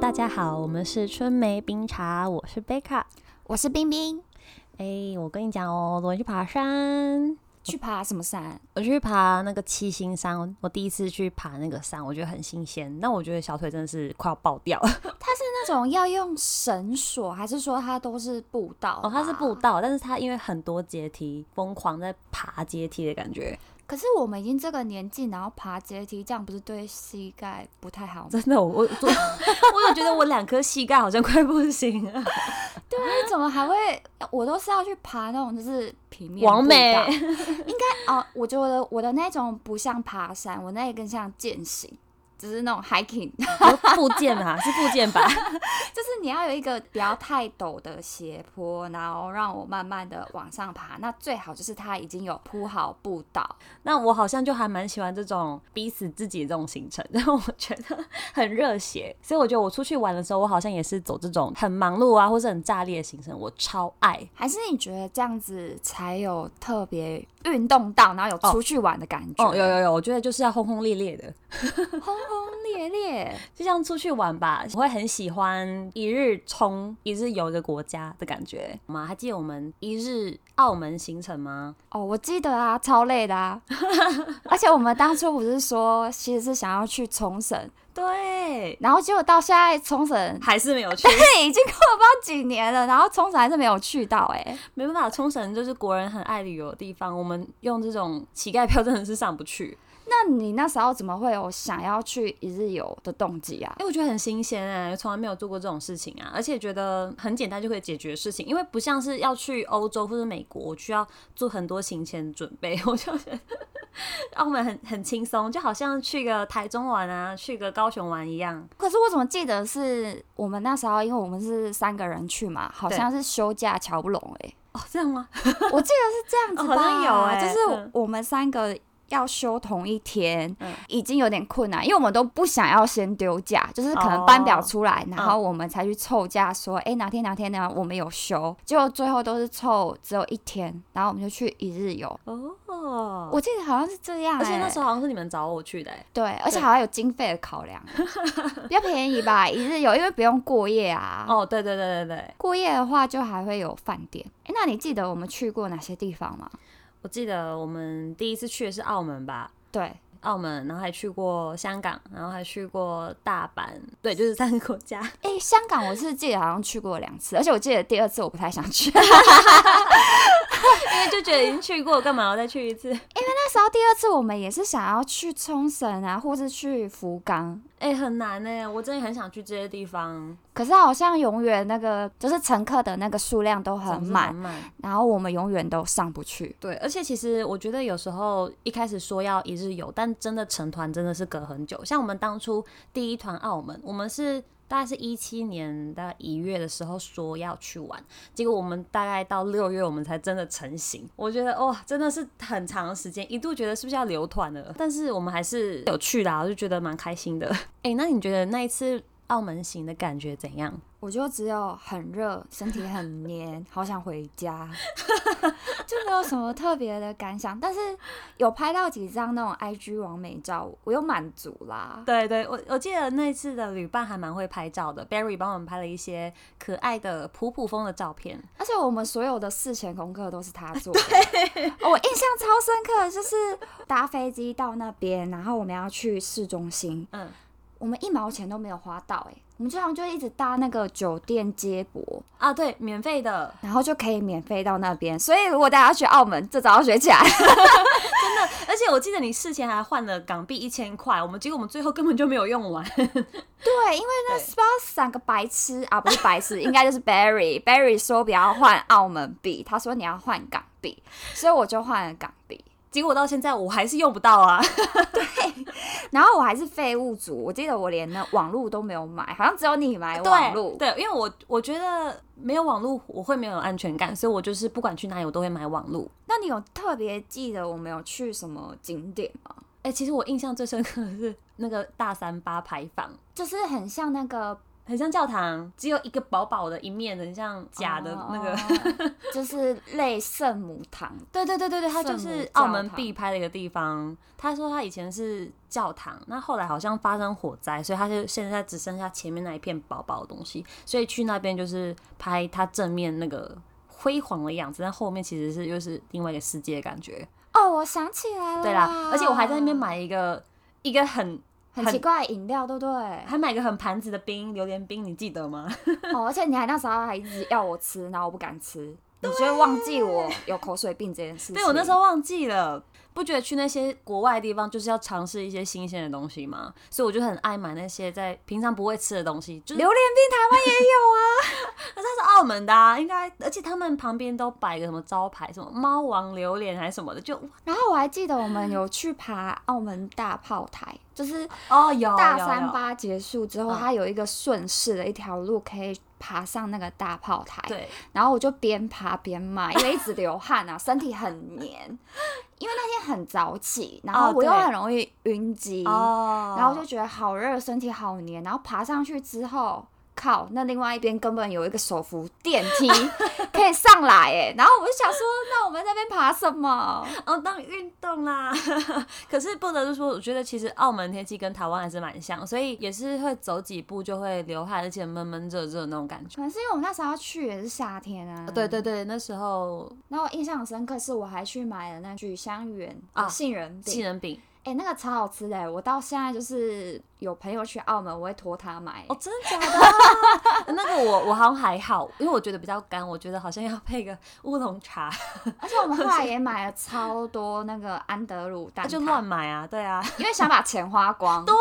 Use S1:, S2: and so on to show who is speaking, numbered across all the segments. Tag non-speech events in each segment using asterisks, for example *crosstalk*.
S1: 大家好，我们是春梅冰茶，我是贝卡。
S2: 我是冰冰，
S1: 哎，我跟你讲哦，我去爬山，
S2: 去爬什么山？
S1: 我去爬那个七星山，我第一次去爬那个山，我觉得很新鲜。那我觉得小腿真的是快要爆 *laughs* 掉了。
S2: 它是那种要用绳索，还是说它都是步道、
S1: 哦，它是步。道，但是它因为很多阶梯，疯狂在爬阶梯的感觉，
S2: 可是我们已经这个年纪，然后爬阶梯，这样不是对膝盖不太好吗？
S1: 真的，我我 *laughs* 我有觉得我两颗膝盖好像快不行了。
S2: 对啊，你怎么还会？我都是要去爬那种就是平面
S1: 完
S2: 步
S1: 美
S2: 道
S1: *laughs*
S2: 应该哦、我觉得我的那种不像爬山，我那个更像健行。只是那种 hiking， *laughs*
S1: 附件啊，是附件吧？
S2: 就是你要有一个不要太陡的斜坡，然后让我慢慢的往上爬。那最好就是它已经有铺好步道，
S1: 那我好像就还蛮喜欢这种逼死自己的这种行程， *laughs* 然后我觉得很热血，所以我觉得我出去玩的时候，我好像也是走这种很忙碌啊，或是很炸裂的行程，我超爱。
S2: 还是你觉得这样子才有特别运动到，然后有出去玩的感觉？
S1: 哦，有有有，我觉得就是要轰轰烈烈的，
S2: 轰轰烈烈，
S1: 就像出去玩吧，我会很喜欢一日冲一日游的国家的感觉。妈，还记得我们一日澳门行程吗？
S2: 哦，我记得啊，超累的啊。 *laughs* 而且我们当初不是说其实是想要去冲绳，
S1: 对，
S2: 然后结果到现在冲绳 *laughs*
S1: 还是没有去， *laughs*
S2: 已经过了不知道几年了，然后冲绳还是没有去到哎、
S1: 没办法，冲绳就是国人很爱旅游的地方，我们用这种乞丐票真的是上不去。
S2: 那你那时候怎么会有想要去一日游的动机啊
S1: 哎、？我觉得很新鲜哎、从来没有做过这种事情啊，而且觉得很简单就可以解决事情，因为不像是要去欧洲或者美国，我需要做很多行前准备。 *laughs* 我就觉得澳门很很轻松，就好像去个台中玩啊，去个高雄玩一样。
S2: 可是我怎么记得是我们那时候，因为我们是三个人去嘛，好
S1: 对
S2: 像是休假瞧不拢哎、
S1: 哦，这样吗？
S2: 我记得是这样子
S1: 哦
S2: 吧，
S1: 好像有欸
S2: 就是
S1: 嗯
S2: 我们三个要休同一天，
S1: 嗯
S2: 已经有点困难，因为我们都不想要先丢假，就是可能班表出来，然后我们才去凑假，说，哎、哪天哪天呢，我们有休，结果最后都是凑只有一天，然后我们就去一日游，
S1: 哦，
S2: 我记得好像是这样、
S1: 而且那时
S2: 候
S1: 候好像是你们找我去的、欸，
S2: 对，而且好像有经费的考量，
S1: *laughs*
S2: 比较便宜吧，一日游，因为不用过夜啊。
S1: 哦，对对对对对，
S2: 过夜的话，就还会有饭店。哎、那你记得我们去过哪些地方吗？
S1: 我记得我们第一次去的是澳门吧。
S2: 对，
S1: 澳门，然后还去过香港，然后还去过大阪，对，就是三个国家。
S2: 哎、香港我是记得好像去过两次，而且我记得第二次我不太想去。 *laughs*
S1: 因哎为就觉得已经去过，干嘛要再去一次？
S2: 那时候第二次我们也是想要去冲绳啊，或是去福冈，
S1: 哎、很难呢、我真的很想去这些地方，
S2: 可是好像永远那个就是乘客的那个数量都很
S1: 总是
S2: 满，
S1: 慢。
S2: 然后我们永远都上不去。
S1: 对，而且其实我觉得有时候一开始说要一日游，但真的成团真的是隔很久。像我们当初第一团澳门，我们是大概是一七年的一月的时候说要去玩，结果我们大概到六月我们才真的成型。我觉得哇、真的是很长的时间，一度觉得是不是要留团了？但是我们还是有去的、啊，我就觉得蛮开心的。 *laughs* 哎、那你觉得那一次澳门行的感觉怎样？
S2: 我就只有很热，身体很黏，好想回家， *laughs* 就没有什么特别的感想。但是有拍到几张那种 IG 完美照，我又满足啦。
S1: 对对，我我记得那次的旅伴还蛮会拍照的，Barry 帮我们拍了一些可爱的普普风的照片。
S2: 而且我们所有的事前功课都是他 *laughs* 做的。哦我印象超深刻的就是搭飞机到那边，然后我们要去市中心，
S1: 嗯，
S2: 我们一毛钱都没有花到、欸，哎，我们就好像就一直搭那个酒店接驳，
S1: 啊，对，免费的，
S2: 然后就可以免费到那边。所以如果大家要去澳门，这招要学起来。
S1: 而且我记得你事前还换了港币一千块，我们结果我们最后根本就没有用完。
S2: *laughs* 对，因为那
S1: 对
S2: 不知道三个白痴啊，不是白痴， *laughs* 应该就是 Barry。Barry 说不要换澳门币，他说你要换港币，所以我就换了港币。
S1: 结果到现在我还是用不到啊！
S2: 然后我还是废物族，我记得我连那网路都没有买，好像只有你买网
S1: 啊对
S2: 路。
S1: 对，因为我我觉得没有网络我会没有安全感，所以我就是不管去哪里我都会买网络。
S2: 那你有特别记得我们有去什么景点吗？
S1: 哎、其实我印象最深刻的是那个大三八牌坊，
S2: 就是很像那个
S1: 很像教堂，只有一个薄薄的一面，很像假的那个。
S2: 哦 *laughs* 就是类圣母
S1: *laughs*
S2: 堂。
S1: 对对对对对，它就
S2: 圣母
S1: 是
S2: 教
S1: 澳门
S2: 堂
S1: 必拍的一个地方。他说他以前是教堂，那后来好像发生火灾，所以他就现在只剩下前面那一片薄薄的东西，所以去那边就是拍它正面那个辉煌的样子，但后面其实是又是另外一个世界的感觉。
S2: 哦，我想起来了。
S1: 对啦，而且我还在那边买一个一个很。
S2: 很
S1: 很
S2: 奇怪的饮料，对
S1: *laughs*
S2: 不对？
S1: 还买一个很盘子的冰，榴莲冰，你记得吗？
S2: 哦，而且你还那时候还一直要我吃，然后我不敢吃，你就会忘记我有口水病这件事
S1: 啊
S2: 情。
S1: 对我那时候忘记了，不觉得去那些国外的地方就是要尝试一些新鲜的东西吗？所以我就很爱买那些在平常不会吃的东西，就是
S2: 榴莲冰台湾也有 *laughs* 啊，
S1: 那它是澳门的、啊，应该，而且他们旁边都摆个什么招牌，什么猫王榴莲还是什么的，就哇
S2: 然后我还记得我们有去爬澳门大炮台，就是
S1: 哦有
S2: 大
S1: 有
S2: 三
S1: 有
S2: 八结束之后，
S1: 嗯
S2: 它有一个顺势的一条路可以爬上那个大炮台。
S1: 对，
S2: 然后我就边爬边骂，因为一直流汗啊，身体很黏。因为那天很早起，然后
S1: 哦
S2: 我又
S1: 对
S2: 很容易晕机，
S1: 哦，
S2: 然后就觉得好热，身体好黏。然后爬上去之后，靠，那另外一边根本有一个手扶电
S1: *laughs*
S2: 梯可以上来哎。然后我就想说，那我们在那边爬什么？
S1: 哦当运动啦。 *laughs* 可是不得不说，我觉得其实澳门天气跟台湾还是蛮像，所以也是会走几步就会流汗，而且闷闷热热那种感觉。
S2: 可能是因为我们那时候要去也是夏天啊。
S1: 对对对，那时候
S2: 然后我印象很深刻是，我还去买了那个菊香园
S1: 啊
S2: 啊杏仁
S1: 杏
S2: 饼，
S1: 仁饼
S2: 哎、那个超好吃的、我到现在就是有朋友去澳门，我会托他买、
S1: 哦，真的假的？ *laughs* 那个我我好像还好，因为我觉得比较干，我觉得好像要配个乌龙 *laughs* 茶，
S2: 而且我们后来
S1: *laughs*
S2: 也买了超多那个安德鲁蛋挞，
S1: 就乱买啊，对啊，
S2: 因为想把钱花光，对，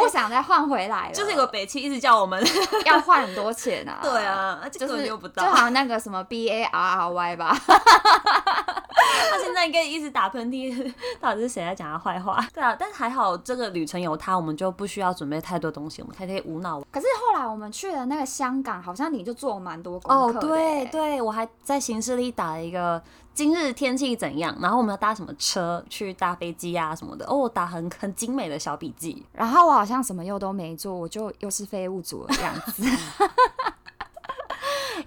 S2: 不想再换回来了，
S1: 就是有个北汽一直叫我们。。
S2: 要花很多钱
S1: *laughs*
S2: 啊
S1: 对。啊，而且
S2: 就
S1: 根本
S2: 是
S1: 用不
S2: 就
S1: 到。
S2: 好像那个什么 B A R R Y 吧， *laughs*
S1: 他现在应该一直打喷嚏，到底是谁在讲他坏话？对啊，但是还好这个旅程有他，我们就不需要准备太多东西，我们才可以无脑玩。
S2: 可是后来我们去了那个香港，好像你就做蛮多功
S1: 哦，
S2: 课的
S1: 对
S2: 欸、
S1: 对，我还在行事历打了一个今日天气怎样，然后我们要搭什么车去搭飞机啊什么的。哦，我打很很精美的小笔记。
S2: 然后我好像什么又都没做，我就又是废物组的样子。因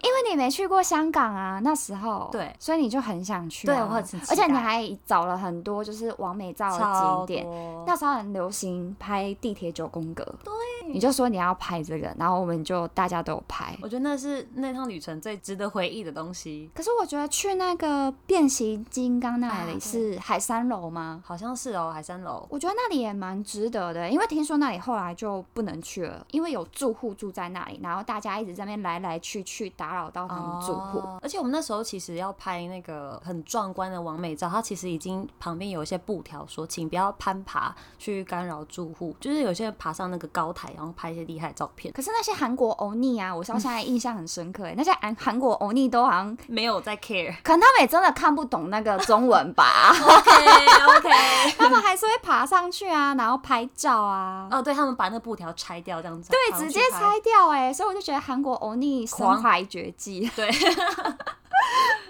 S2: 为你没去过香港啊，那时候
S1: 对
S2: 所以你就很想去、啊，
S1: 对我很期待
S2: 而且你还找了很多就是完美照的景
S1: 超
S2: 点。
S1: 多
S2: 那时候很流行拍地铁九宫格，对，你就说你要拍这个，然后我们就大家都有拍。
S1: 我觉得那是那趟旅程最值得回忆的东西，
S2: 可是我觉得去那个变形金刚那
S1: 啊
S2: 里
S1: 对
S2: 是海山楼吗？
S1: 好像是哦，海山楼。
S2: 我觉得那里也蛮值得的，因为听说那里后来就不能去了，因为有住户住在那里，然后大家一直在那边来来去去，打扰到他们住户。
S1: 哦而且我们那时候其实要拍那个很壮观的完美照，它其实已经旁边有一些布条说，请不要攀爬去干扰住户，就是有些人爬上那个高台，然后拍一些厉害的照片，
S2: 可是那些韩国欧尼啊，我到现在印象很深刻欸，那些韩韩国欧尼都好像，
S1: 没有在 care。
S2: 可能他们也真的看不懂那个中文吧，
S1: OK OK。
S2: *laughs* 他们还是会爬上去啊，然后拍照啊。
S1: *laughs* 哦，对他们把那布条拆掉，这样子。
S2: 对，
S1: 好像
S2: 直
S1: 去
S2: 接
S1: 拍
S2: 拆掉哎、所以我就觉得韩国欧尼
S1: 狂
S2: 身怀绝技。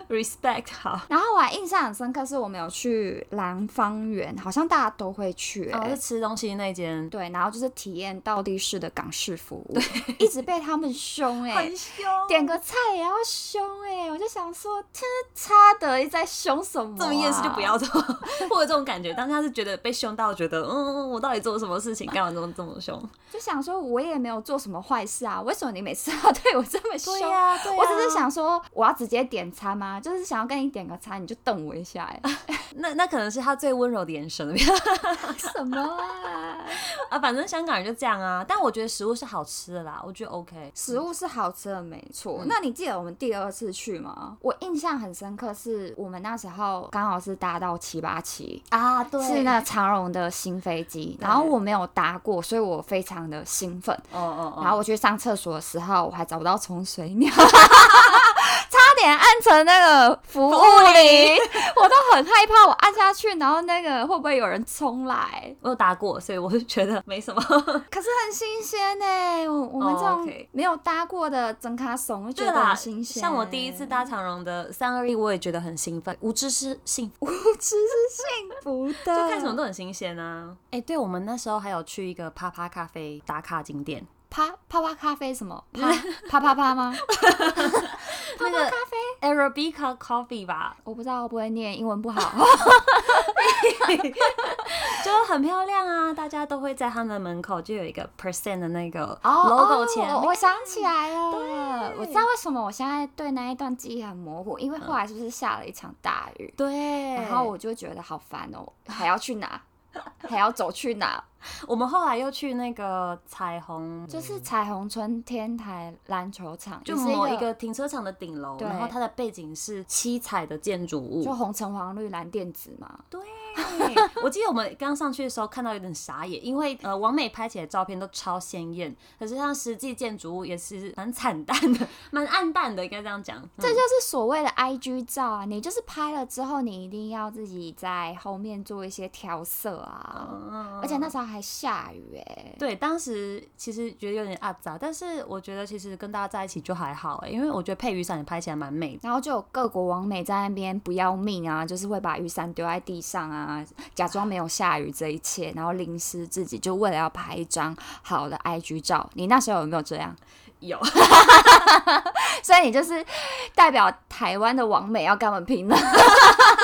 S1: Respect 好。
S2: 然后我还印象很深刻，是我们有去兰芳园，好像大家都会去、欸。
S1: 哦，是吃东西那间。
S2: 对，然后就是体验道地式的港式服务，一直被他们凶哎、
S1: 凶。
S2: 点个菜也要凶哎、我就想说，这差的在凶什么、啊？
S1: 这么厌世就不。要做， *laughs* 或者这种感觉，当下是觉得被凶到，觉得嗯，我到底做了什么事情，干嘛这么这么凶？
S2: 就想说，我也没有做什么坏事啊，为什么你每次要 *laughs* 对我这么凶？
S1: 对
S2: 我只是想说，我要直接点餐吗？就是想要跟你点个餐，你就瞪我一下、欸，
S1: *laughs* 那那可能是他最温柔的眼神
S2: 什么啊？
S1: *laughs* 啊，反正香港人就这样啊。但我觉得食物是好吃的啦，我觉得 OK。
S2: *laughs* 食物是好吃的，没错。
S1: 嗯
S2: 那你记得我们第二次去吗？我印象很深刻，是我们那时候刚好是搭到七八七，
S1: 啊，对
S2: 是那长荣的新飞机，
S1: 对
S2: 然后我没有搭过，所以我非常的兴奋。
S1: 哦哦哦，
S2: 然后我去上厕所的时候，我还找不到冲水鸟， *laughs* 差点按成那个服务铃， *laughs* 我都很害怕，我按下去，然后那个会不会有人冲来？
S1: 我有打过，所以我就觉得没什么。
S2: 可是很新鲜呢、我我们
S1: 哦
S2: 这种
S1: OK
S2: 没有搭过的整卡怂，我就
S1: 对
S2: 觉得
S1: 啦，
S2: 很新鲜。
S1: 像我第一次搭长荣的三二一，我也觉得很兴奋，无知是幸福，
S2: *laughs* 不吃是幸福的，
S1: 就看什么都很新鲜啊。哎、对我们那时候还有去一个啪啪咖啡打卡景点，
S2: 啪啪啪啪咖啡
S1: *laughs*
S2: 什么啪啪啪啪吗？
S1: 那个 Arabica coffee 吧，
S2: 我不知道，我不会念，英文不好。
S1: 就很漂亮啊！大家都会在他们门口就有一个 percent 的那个
S2: 哦
S1: logo 嗯前
S2: 哦，我
S1: 面。
S2: 我想起来了，我知道为什么我现在对那一段记忆很模糊，因为后来是不是下了一场大雨，
S1: 嗯对，
S2: 然后我就觉得好烦哦， *laughs* 还要去哪，还要走去哪，
S1: 我们后来又去那个彩虹，
S2: 就是彩虹村天台篮球场，
S1: 嗯就
S2: 也是
S1: 某一个停车场的顶楼，
S2: 对
S1: 然后它的背景是七彩的建筑
S2: 就
S1: 物。
S2: 红橙黄绿蓝靛紫嘛，
S1: 对，我记得我们刚上去的时候看到有点傻眼，因为呃，王美拍起来的照片都超鲜艳，可是像实际建筑物也是蛮惨淡的，蛮暗淡的，应该这样讲。
S2: 这就是所谓的 IG 照啊，你就是拍了之后，你一定要自己在后面做一些调色啊，
S1: 嗯，
S2: 而且那时候还下雨哎、
S1: 对，当时其实觉得有点阿杂，但是我觉得其实跟大家在一起就还好、欸，因为我觉得配雨伞也拍起来蛮美的。
S2: 然后就有各国网美在那边不要命啊，就是会把雨伞丢在地上啊，假装没有下雨这一切，然后淋湿自己，就为了要拍一张好的 IG 照。你那时候有没有这样？ *laughs*
S1: 有，
S2: 所以你就是代表台湾的网美要跟我们拼了。
S1: *laughs*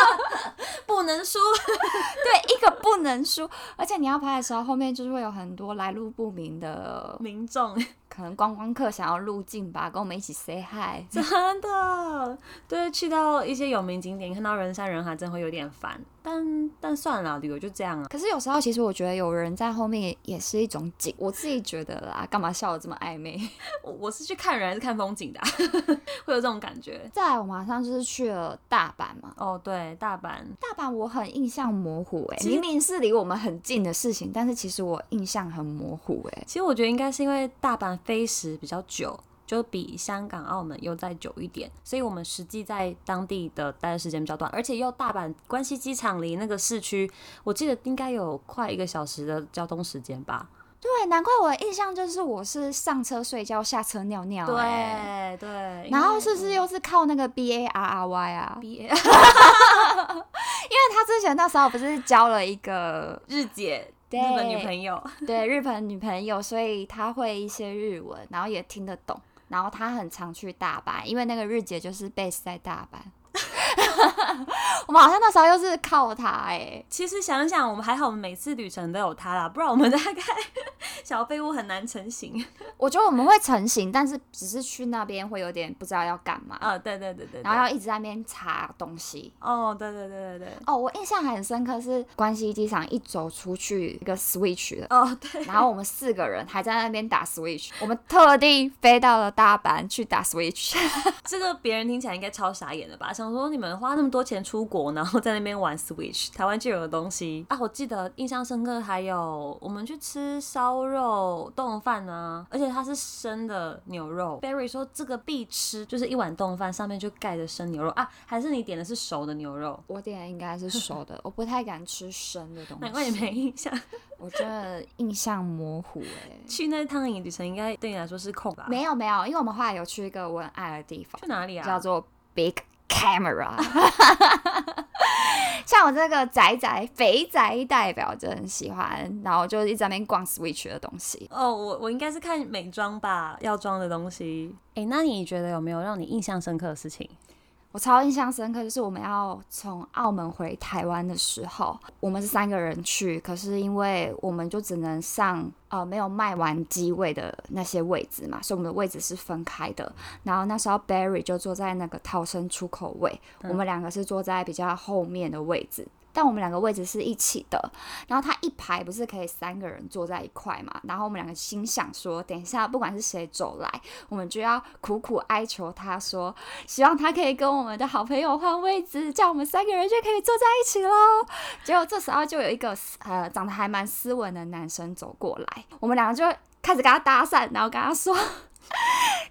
S1: 不能输。
S2: 对，一个不能输，而且你要拍的时候，后面就是会有很多来路不明的，
S1: 民众
S2: 可能观光客想要入境吧，跟我们一起 say hi。
S1: 真的，啊对，去到一些有名景点，看到人山人海，真会有点烦。但但算了，旅游就这样啊。
S2: 可是有时候，其实我觉得有人在后面也是一种景，我自己觉得啦，干嘛笑得这么暧昧？
S1: 我我是去看人还是看风景的啊、 *laughs* 会有这种感觉。
S2: 再来，我马上就是去了大阪嘛。
S1: 哦，对，大阪
S2: 大阪我很印象模糊哎、
S1: 其实
S2: 明明是离我们很近的事情，但是其实我印象很模糊哎、
S1: 其实我觉得应该是因为大阪飞时比较久，就比香港、澳门又再久一点，所以我们实际在当地的待的时间比较短，而且又大阪关西机场离那个市区，我记得应该有快一个小时的交通时间吧。
S2: 对，难怪我的印象就是我是上车睡觉，下车尿尿、哎
S1: 对对，
S2: 然后是不是又是靠那个 B A R R Y 啊？因为
S1: 毕业 *laughs*
S2: 他之前那时候不是交了一个
S1: 日姐日
S2: 对
S1: 本女朋友？
S2: 对日本女朋友，所以他会一些日文，然后也听得懂。然后他很常去大阪，因为那个日姐就是 base 在大阪。 *laughs* 我们好像那时候又是靠他哎、
S1: 其实想想，我们还好，我们每次旅程都有她啦，不然我们大概 *laughs* 小废物很难成型。
S2: 我觉得我们会成型，但是只是去那边会有点不知道要干嘛，
S1: 啊、对对对对对
S2: 然后要一直在那边查东西。
S1: 哦，对对对对对，
S2: 哦，我印象很深刻是关西机场一走出去一个 Switch 的
S1: 哦对，
S2: 然后我们四个人还在那边打 Switch，我们特地飞到了大阪去打 Switch。
S1: 这个别人听起来应该超傻眼的吧？想说你们花那么多钱出国， *laughs* 然后在那边玩 Switch，台湾就有的东西啊！我记得印象深刻，还有我们去吃烧肉冻饭啊，而且它是生的牛肉。Barry 说这个必吃，就是一碗冻饭上面就盖着生牛肉啊，还是你点的是熟的牛肉？
S2: 我点的应该是熟的，我不太敢吃生的东西。
S1: 难怪你没印象。
S2: 我真的印象模糊哎、
S1: 去那趟旅程应该对你来说是空吧？
S2: 没有没有，因为我们后来有去一个我很爱的地方，
S1: 啊去哪里
S2: 叫
S1: 啊？
S2: 做 Big Camera。像我这个宅宅肥宅代表就很喜欢，然后就一直在那边逛 Switch 的东西。
S1: 哦，我我应该是看美妆吧，药妆的东西。哎、那你觉得有没有让你印象深刻的事情？
S2: 我超印象深刻，就是我们要从澳门回台湾的时候，我们是三个人去，可是因为我们就只能上呃没有卖完机位的那些位置嘛，所以我们的位置是分开的。然后那时候 Barry 就坐在那个逃生出口位，我们两个是坐在比较后面的位置。但我们两个位置是一起的，然后他一排不是可以三个人坐在一块嘛？然后我们两个心想说，等一下不管是谁走来，我们就要苦苦哀求他说，希望他可以跟我们的好朋友换位置，这样我们三个人就可以坐在一起喽。结果这时候就有一个呃长得还蛮斯文的男生走过来，我们两个就开始跟他搭讪，然后跟他说：“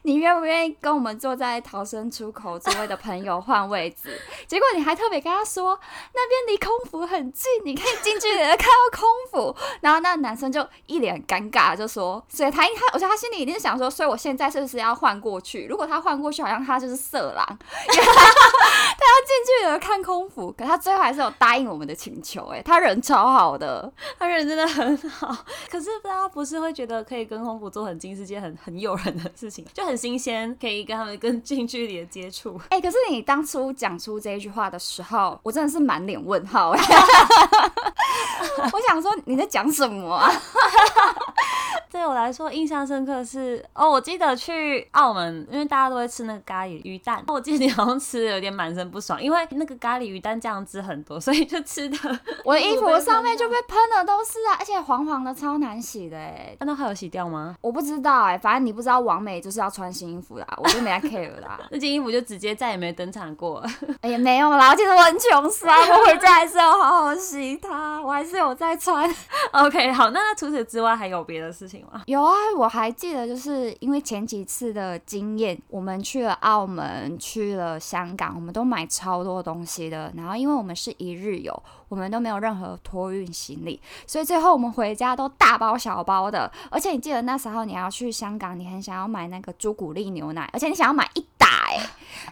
S2: 你愿不愿意跟我们坐在逃生出口座位的朋友换位置？结果你还特别跟他说，那边离空服很近，你可以近距离的看到空服。然后那男生就一脸尴尬，就说，所以他他，我觉得他心里一定是想说，所以我现在是不是要换过去？如果他换过去，好像他就是色狼， *laughs* 因为他他要近距离的看空服。可他最后还是有答应我们的请求、欸，哎，他人超好的，
S1: 他人真的很好。可是大家不是会觉得可以跟空服坐很近是件很很诱人的事情，就很新鲜，可以跟他们更近距离的接触。
S2: 哎、可是你当初讲出这一句话的时候，我真的是满脸问号、欸。 *laughs* 我想说你在讲什么啊？
S1: 对我来说印象深刻是哦，我记得去澳门，因为大家都会吃那个咖喱鱼蛋，我记得你好像吃的有点满身不爽，因为那个咖喱鱼蛋酱汁很多，所以就吃的
S2: 我的衣服上面就被喷的都是啊，而且黄黄的超难洗的、欸。
S1: 那还有洗掉吗？
S2: 我不知道哎、反正你不知道王美就是要穿新衣服啦，我就没来 care 啦。 *laughs*
S1: 那件衣服就直接再也没登场过了。
S2: 哎呀，没有啦，其实我很穷酸，我回家还是要好好洗它，我还是有在穿。
S1: OK，好，那那除此之外还有别的事情吗？
S2: 有啊，我还记得，就是因为前几次的经验，我们去了澳门，去了香港，我们都买超多东西的。然后因为我们是一日游，我们都没有任何托运行李，所以最后我们回家都大包小包的。而且你记得那时候你要去香港，你很想要买那个朱古力牛奶，而且你想要买一打哎、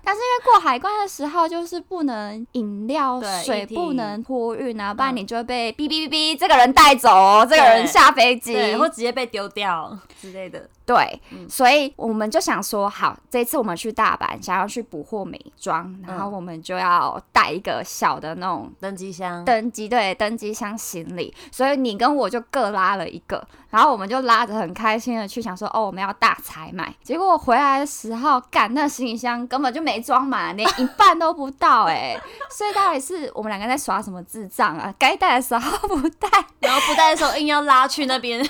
S2: 但是因为过海关的时候就是不能饮料
S1: 对
S2: 水
S1: 一体
S2: 不能托运啊，不然
S1: 嗯
S2: 你就会被哔哔哔哔这个人带走哦，这个人
S1: 对
S2: 下飞机，
S1: 对，或直接被丢掉之类的。
S2: 对，
S1: 嗯
S2: 所以我们就想说，好，这次我们去大阪，想要去补货美妆，然后
S1: 嗯
S2: 我们就要带一个小的那种
S1: 登机箱，
S2: 登机对登机箱行李，所以你跟我就各拉了一个，然后我们就拉着很开心的去想说，哦，我们要大采买。结果我回来的时候，干那行李箱根本就没装满，连一半都不到
S1: *laughs*
S2: 哎、所以到底是我们两个在耍什么智障啊？该带的时候不
S1: *laughs*
S2: 带，
S1: 然后不带的时候硬要拉去那边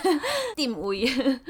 S1: 定位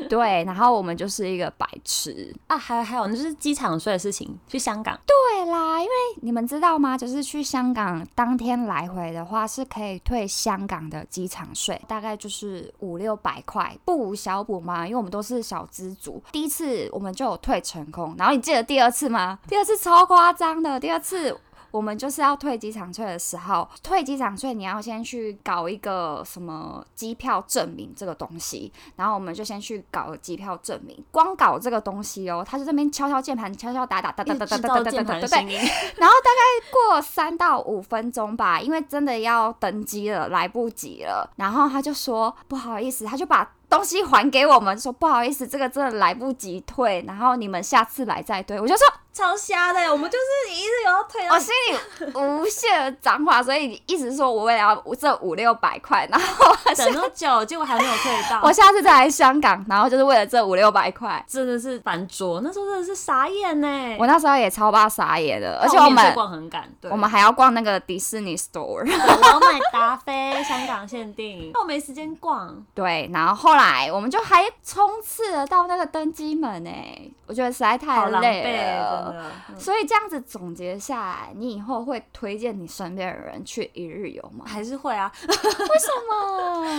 S2: 对，然后我们就是一个白痴。
S1: 啊，还有还有，那就是机场税的事情，去香港。
S2: 对啦，因为你们知道吗？就是去香港当天来回的话，是可以退香港的机场税，大概就是五六百块，不无小补嘛。因为我们都是小资族，第一次我们就有退成功，然后你记得第二次吗？第二次超夸张的，第二次。我们就是要退机场税的时候，退机场税你要先去搞一个什么机票证明这个东西，然后我们就先去搞机票证明。光搞这个东西哦，他就这边敲敲键盘，敲敲打打打打
S1: 一直
S2: 打打
S1: 制
S2: 打打
S1: 造
S2: 打
S1: 键
S2: 打
S1: 盘
S2: 打
S1: 的
S2: 打，
S1: 声音，
S2: 然后大概过三到五分钟吧，因为真的要登机了，来不及了。然后他就说不好意思，他就把东西还给我们，说不好意思，这个真的来不及退，然后你们下次来再退。
S1: *laughs*
S2: 我就说，
S1: 超瞎的。我们就是一直有要退到
S2: 我心里无限的脏话，所以一直说我为了要这五六百块，然后
S1: 等那么久，结果还没有退到，
S2: 我下次再来香港，然后就是为了这五六百块。
S1: 真的是翻桌。那时候真的是傻眼呢。
S2: 我那时候也超爆傻眼的，而且
S1: 但
S2: 我
S1: 们也
S2: 们
S1: 是逛很赶，对，
S2: 我们还要逛那个迪士尼 store。
S1: 对我要买达菲香港限定，那我没时间逛。
S2: 对，然后后来我们就还冲刺了到那个登机门诶，我觉得实在太
S1: 好狼狈，
S2: 累
S1: 真
S2: 了。
S1: 的。嗯
S2: 所以这样子总结下来，你以后会推荐你身边的人去一日游吗？ *laughs*
S1: 还是会啊，
S2: 为什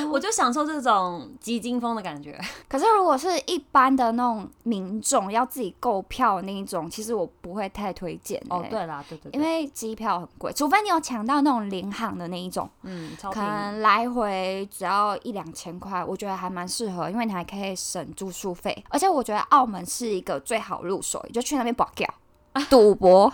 S2: 么？
S1: 我就享受这种急惊风的感觉。
S2: 可是如果是一般的那种民众要自己购票那一种，其实我不会太推荐、欸、
S1: 哦，，对啦，对对，对
S2: 因为机票很贵，除非你有抢到那种联航的那一种，
S1: 嗯，超
S2: 可
S1: 便宜。
S2: 能来回只要一两千块，我觉得还蛮适合，因为你还可以省住宿费，而且我觉得澳门是一个最好入手，你就去那边保 *laughs* 钓、赌博，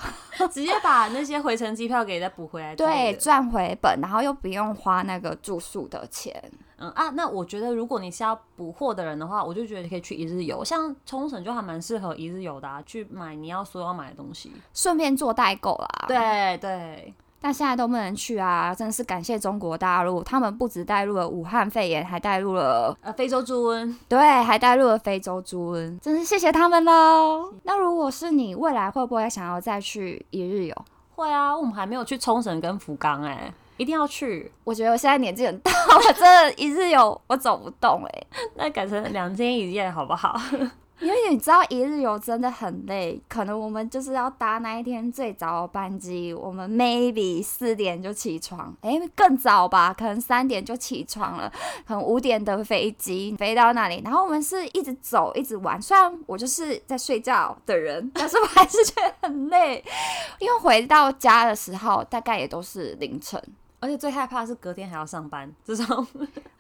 S1: 直接把那些回程机票给再补回来之类
S2: 对，
S1: 的。
S2: 赚回本，然后又不用花那个住宿的钱。
S1: 嗯啊，那我觉得如果你是要补货的人的话，我就觉得你可以去一日游，像冲绳就还蛮适合一日游的、啊，去买你要所有要买的东西。
S2: 顺便做代购啦，，
S1: 对对，
S2: 但现在都不能去啊！真的是感谢中国大陆，他们不止带入了武汉肺炎，还带入了
S1: 呃，非洲猪瘟，
S2: 对，还带入了非洲猪瘟，真是谢谢他们喽。那如果是你，未来会不会想要再去一日游？
S1: 会啊，我们还没有去冲绳跟福冈哎、一定要去。
S2: 我觉得我现在年纪很大，我真的一日游我走不动哎、
S1: 那改成两天一夜好不好？
S2: 因为你知道一日游真的很累，可能我们就是要搭那一天最早的班机，我们 maybe 四点就起床，诶，更早吧，可能三点就起床了，可能五点的飞机飞到那里，然后我们是一直走一直玩，虽然我就是在睡觉的人，但是我还是觉得很累，因为回到家的时候大概也都是凌晨。
S1: 而且最害怕是隔天还要上班，这种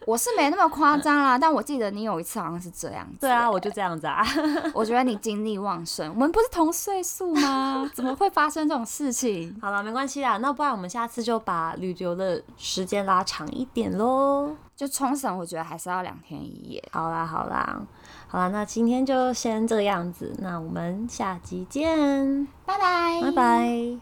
S2: 我是没那么夸张啦，但我记得你有一次好像是这样
S1: *laughs*
S2: 子。
S1: 对啊，我就这样子啊。 *laughs*
S2: 我觉得你精力旺盛，我们不是同岁数 *laughs* 吗？怎么会发生这种事情？
S1: 好了，没关系啦，那不然我们下次就把旅游的时间拉长一点喽。
S2: 就冲绳，我觉得还是要两天一夜。
S1: 好啦，好啦，好啦，那今天就先这样子，那我们下集见，
S2: 拜拜，
S1: 拜拜。